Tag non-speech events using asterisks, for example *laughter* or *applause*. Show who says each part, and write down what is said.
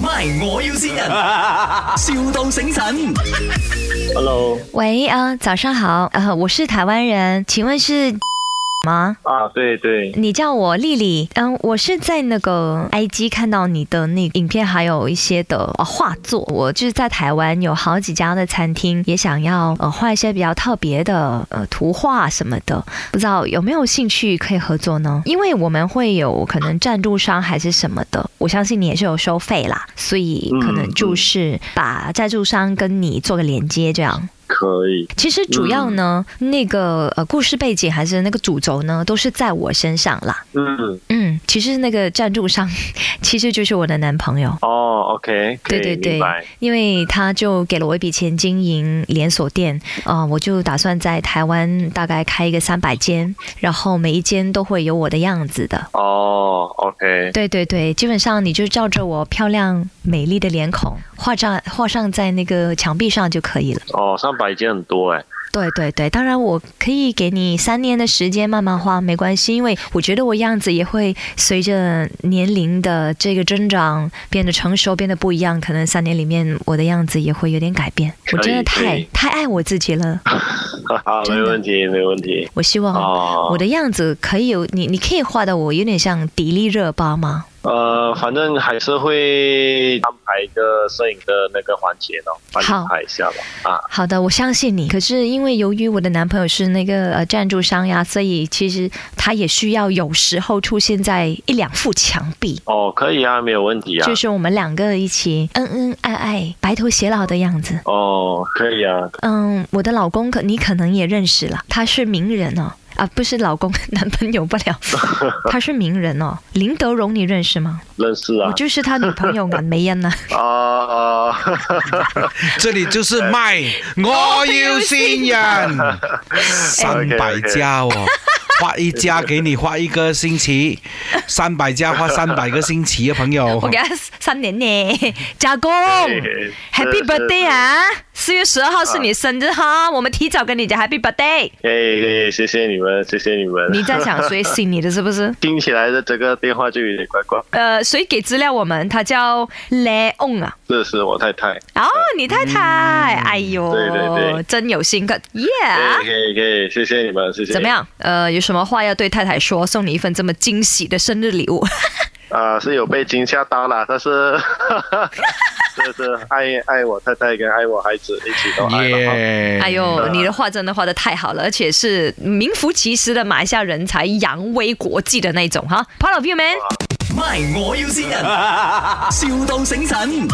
Speaker 1: My，我要先人，, *laughs* 笑到醒神。
Speaker 2: Hello，
Speaker 3: 喂啊、呃早上好，呃，我是台湾人，请问是 *laughs* 吗？
Speaker 2: 啊，对对，
Speaker 3: 你叫我丽丽，嗯，我是在那个 IG 看到你的那影片，还有一些的、呃、画作。我就是在台湾有好几家的餐厅，也想要呃画一些比较特别的呃图画什么的，不知道有没有兴趣可以合作呢？因为我们会有可能赞助商还是什么的，我相信你也是有收费啦，所以可能就是把赞助商跟你做个连接这样。
Speaker 2: 可以，
Speaker 3: 其实主要呢，那个呃故事背景还是那个主轴呢，都是在我身上啦。
Speaker 2: 嗯，
Speaker 3: 嗯，其实那个赞助商 *laughs* 其实就是我的男朋友。
Speaker 2: 哦，OK，可以
Speaker 3: 对对对
Speaker 2: 明白，
Speaker 3: 因为他就给了我一笔钱经营连锁店，啊、我就打算在台湾大概开一个三百间，然后每一间都会有我的样子的。
Speaker 2: 哦，OK，
Speaker 3: 对对对，基本上你就照着我漂亮美丽的脸孔画上画上在那个墙壁上就可以了。
Speaker 2: 哦，上百件很多哎，
Speaker 3: 对对对，当然我可以给你三年的时间慢慢花，没关系，因为我觉得我样子也会随着年龄的这个增长变得成熟，变得不一样。可能三年里面我的样子也会有点改变。我真的
Speaker 2: 可以可
Speaker 3: 太
Speaker 2: 以
Speaker 3: 太爱我自己了，
Speaker 2: 哈哈，
Speaker 3: 真
Speaker 2: 没
Speaker 3: 的
Speaker 2: 问题，没问题，
Speaker 3: 我希望
Speaker 2: 哦，
Speaker 3: 我的样子可以有你，你可以画的我有点像迪丽热巴吗？
Speaker 2: 呃，反正还是会安排一个摄影的那个环节哦，帮
Speaker 3: 好
Speaker 2: 你拍一下吧，啊，
Speaker 3: 好的，我相信你。可是因为由于我的男朋友是那个呃赞助商呀，所以其实他也需要有时候出现在一两幅墙壁。
Speaker 2: 哦，可以啊，没有问题啊
Speaker 3: 就，是我们两个一起恩恩爱爱、白头偕老的样子。
Speaker 2: 哦，可以啊，
Speaker 3: 嗯，我的老公可你可能也认识了，他是名人哦。啊，不是老公，男朋友不了，他是名人哦。林德荣你认识吗？
Speaker 2: 认识
Speaker 3: 我
Speaker 2: 啊，
Speaker 3: 就是他女朋友啊，梅恩呐。 *laughs*
Speaker 2: 啊，
Speaker 4: 这里就是卖，我要
Speaker 3: *laughs*
Speaker 4: 新人，三百家哦，花一家给你花一个星期，三百家花三百个星期啊，朋友
Speaker 3: *laughs* 我。给他三年呢，加工
Speaker 2: *laughs* 是
Speaker 3: 哦，Happy
Speaker 2: 是
Speaker 3: birthday 啊！四月十二号是你生日哈，我们提早跟你讲 Happy birthday。
Speaker 2: 可以可以，哎谢谢你们，谢谢你们，
Speaker 3: 你在想谁信你的是不是？
Speaker 2: 听起来的这个电话就有点怪怪，
Speaker 3: 呃，谁给资料我们？他叫 Leon 啊。
Speaker 2: 这是我太太。
Speaker 3: 哦，你太太，哎呦，
Speaker 2: 嗯对对对
Speaker 3: 真有心个
Speaker 2: 可以
Speaker 3: ，Yeah。
Speaker 2: 可以可以，谢谢你们，谢谢。
Speaker 3: 啊怎么？样？呃，有什么话要对太太说？送你一份这么惊喜的生日礼物。
Speaker 2: 啊、是有被惊吓到啦，但是， *laughs* 这是爱爱我太太跟爱我孩子一起都爱了。
Speaker 4: 耶！
Speaker 3: 哎呦，你的话真的画的太好了，而且是名副其实的马来西亚人才，扬威国际的那种哈。Part of you man。
Speaker 1: My，我要先人，,笑到醒神。